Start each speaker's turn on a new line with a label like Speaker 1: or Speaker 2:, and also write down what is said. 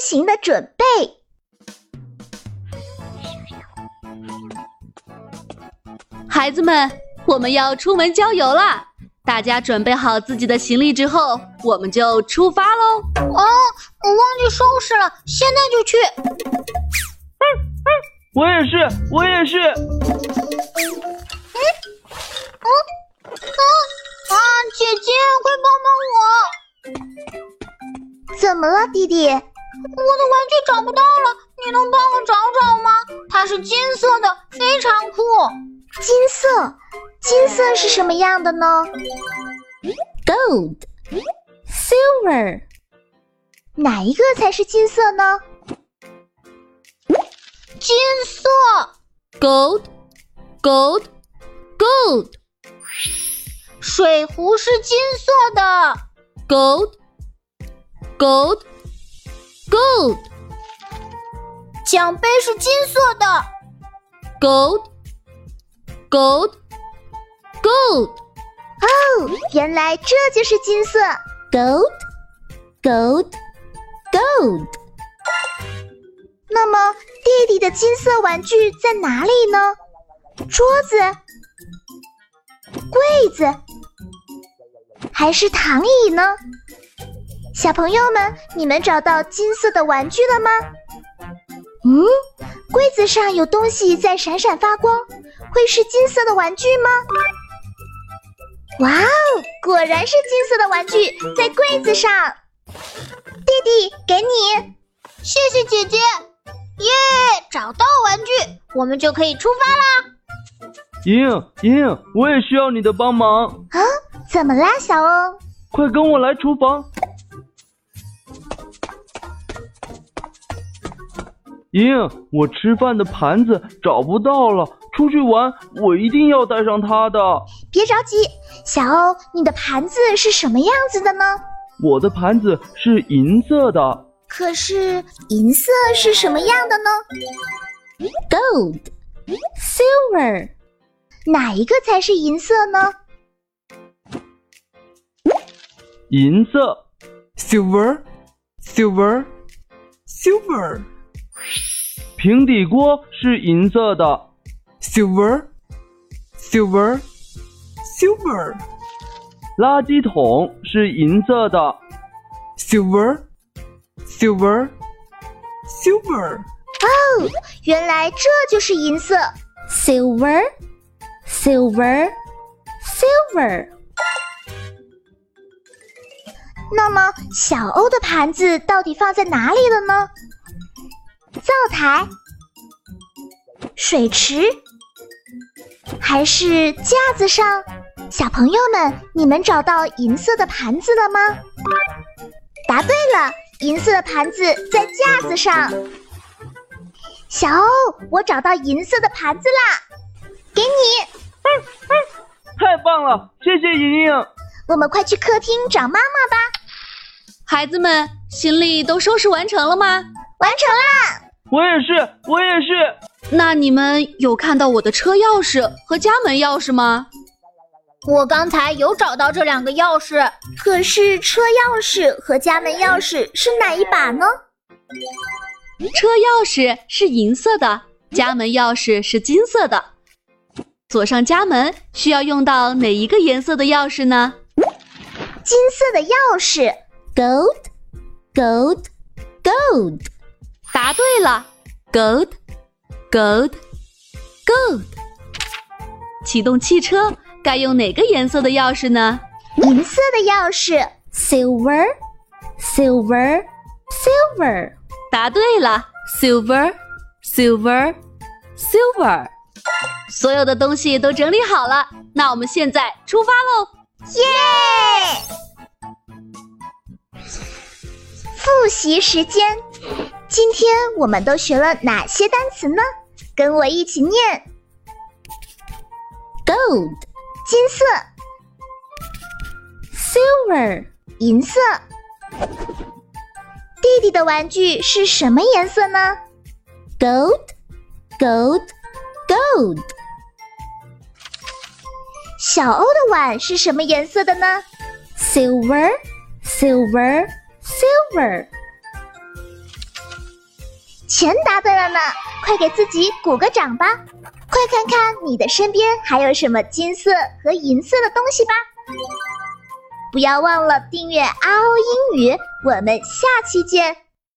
Speaker 1: 行的准备。
Speaker 2: 孩子们，我们要出门郊游啦！大家准备好自己的行李之后，我们就出发喽！
Speaker 3: 哦，我忘记收拾了，现在就去。
Speaker 4: 我也是，我也是。
Speaker 3: 啊，姐姐，快帮帮
Speaker 1: 怎么了，弟弟？
Speaker 3: 我！我的玩具找不到了，你能帮我找找吗？它是金色的，非常酷。
Speaker 1: 金色，金色是什么样的呢？
Speaker 5: gold, silver,
Speaker 1: 哪一个才是金色呢？
Speaker 3: 金色，
Speaker 5: gold, gold, gold,
Speaker 3: 水壶是金色的。
Speaker 5: gold, gold, gold,
Speaker 3: 奖杯是金色的，
Speaker 5: gold, gold, gold,
Speaker 1: 哦，原来这就是金色。
Speaker 5: gold, gold, gold。
Speaker 1: 那么，弟弟的金色玩具在哪里呢？桌子、柜子，还是躺椅呢？小朋友们，你们找到金色的玩具了吗？嗯，柜子上有东西在闪闪发光，会是金色的玩具吗？哇哦，果然是金色的玩具在柜子上。弟弟，给你。
Speaker 3: 谢谢姐姐。耶，找到玩具，我们就可以出发啦！
Speaker 4: 莹莹，莹莹，我也需要你的帮忙，
Speaker 1: 啊，怎么啦，小欧？
Speaker 4: 快跟我来厨房。莹莹，我吃饭的盘子找不到了，出去玩我一定要带上它的。
Speaker 1: 别着急，小欧，你的盘子是什么样子的呢？
Speaker 4: 我的盘子是银色的，
Speaker 1: 可是银色是什么样的呢？
Speaker 5: gold, silver,
Speaker 1: 哪一个才是银色呢？
Speaker 4: 银色。
Speaker 6: silver, silver, silver,
Speaker 4: 平底锅是银色的，
Speaker 6: silver, silver, silver,
Speaker 4: 垃圾桶是银色的，
Speaker 6: silver, silver, silver,
Speaker 1: 原来这就是银色。
Speaker 5: silver, silver, silver。
Speaker 1: 那么小欧的盘子到底放在哪里了呢？灶台、水池，还是架子上？小朋友们，你们找到银色的盘子了吗？答对了，银色的盘子在架子上。小欧，我找到银色的盘子啦，给你。
Speaker 4: 太棒了！谢谢莹莹。
Speaker 1: 我们快去客厅找妈妈吧。
Speaker 2: 孩子们，行李都收拾完成了吗？
Speaker 1: 完成啦！
Speaker 4: 我也是，我也是。
Speaker 2: 那你们有看到我的车钥匙和家门钥匙吗？
Speaker 3: 我刚才有找到这两个钥匙，
Speaker 1: 可是车钥匙和家门钥匙是哪一把呢？
Speaker 2: 车钥匙是银色的，家门钥匙是金色的。锁上家门需要用到哪一个颜色的钥匙呢？
Speaker 1: 金色的钥匙。
Speaker 5: gold, gold, gold,
Speaker 2: 答对了。
Speaker 5: gold, gold, gold,
Speaker 2: 启动汽车该用哪个颜色的钥匙呢？
Speaker 1: 银色的钥匙，
Speaker 5: silver, silver, silver,
Speaker 2: 答对了。
Speaker 5: silver, silver, silver。
Speaker 2: 所有的东西都整理好了，那我们现在出发喽！
Speaker 1: 复习时间。今天我们都学了哪些单词呢？跟我一起念：
Speaker 5: gold,
Speaker 1: 金色、
Speaker 5: silver,
Speaker 1: 银色。弟弟的玩具是什么颜色呢？
Speaker 5: gold, gold, gold,
Speaker 1: 小欧的碗是什么颜色的呢？
Speaker 5: silver, silver, silver,
Speaker 1: 全答对了呢！快给自己鼓个掌吧！快看看你的身边还有什么金色和银色的东西吧！不要忘了订阅阿欧英语，我们下期见。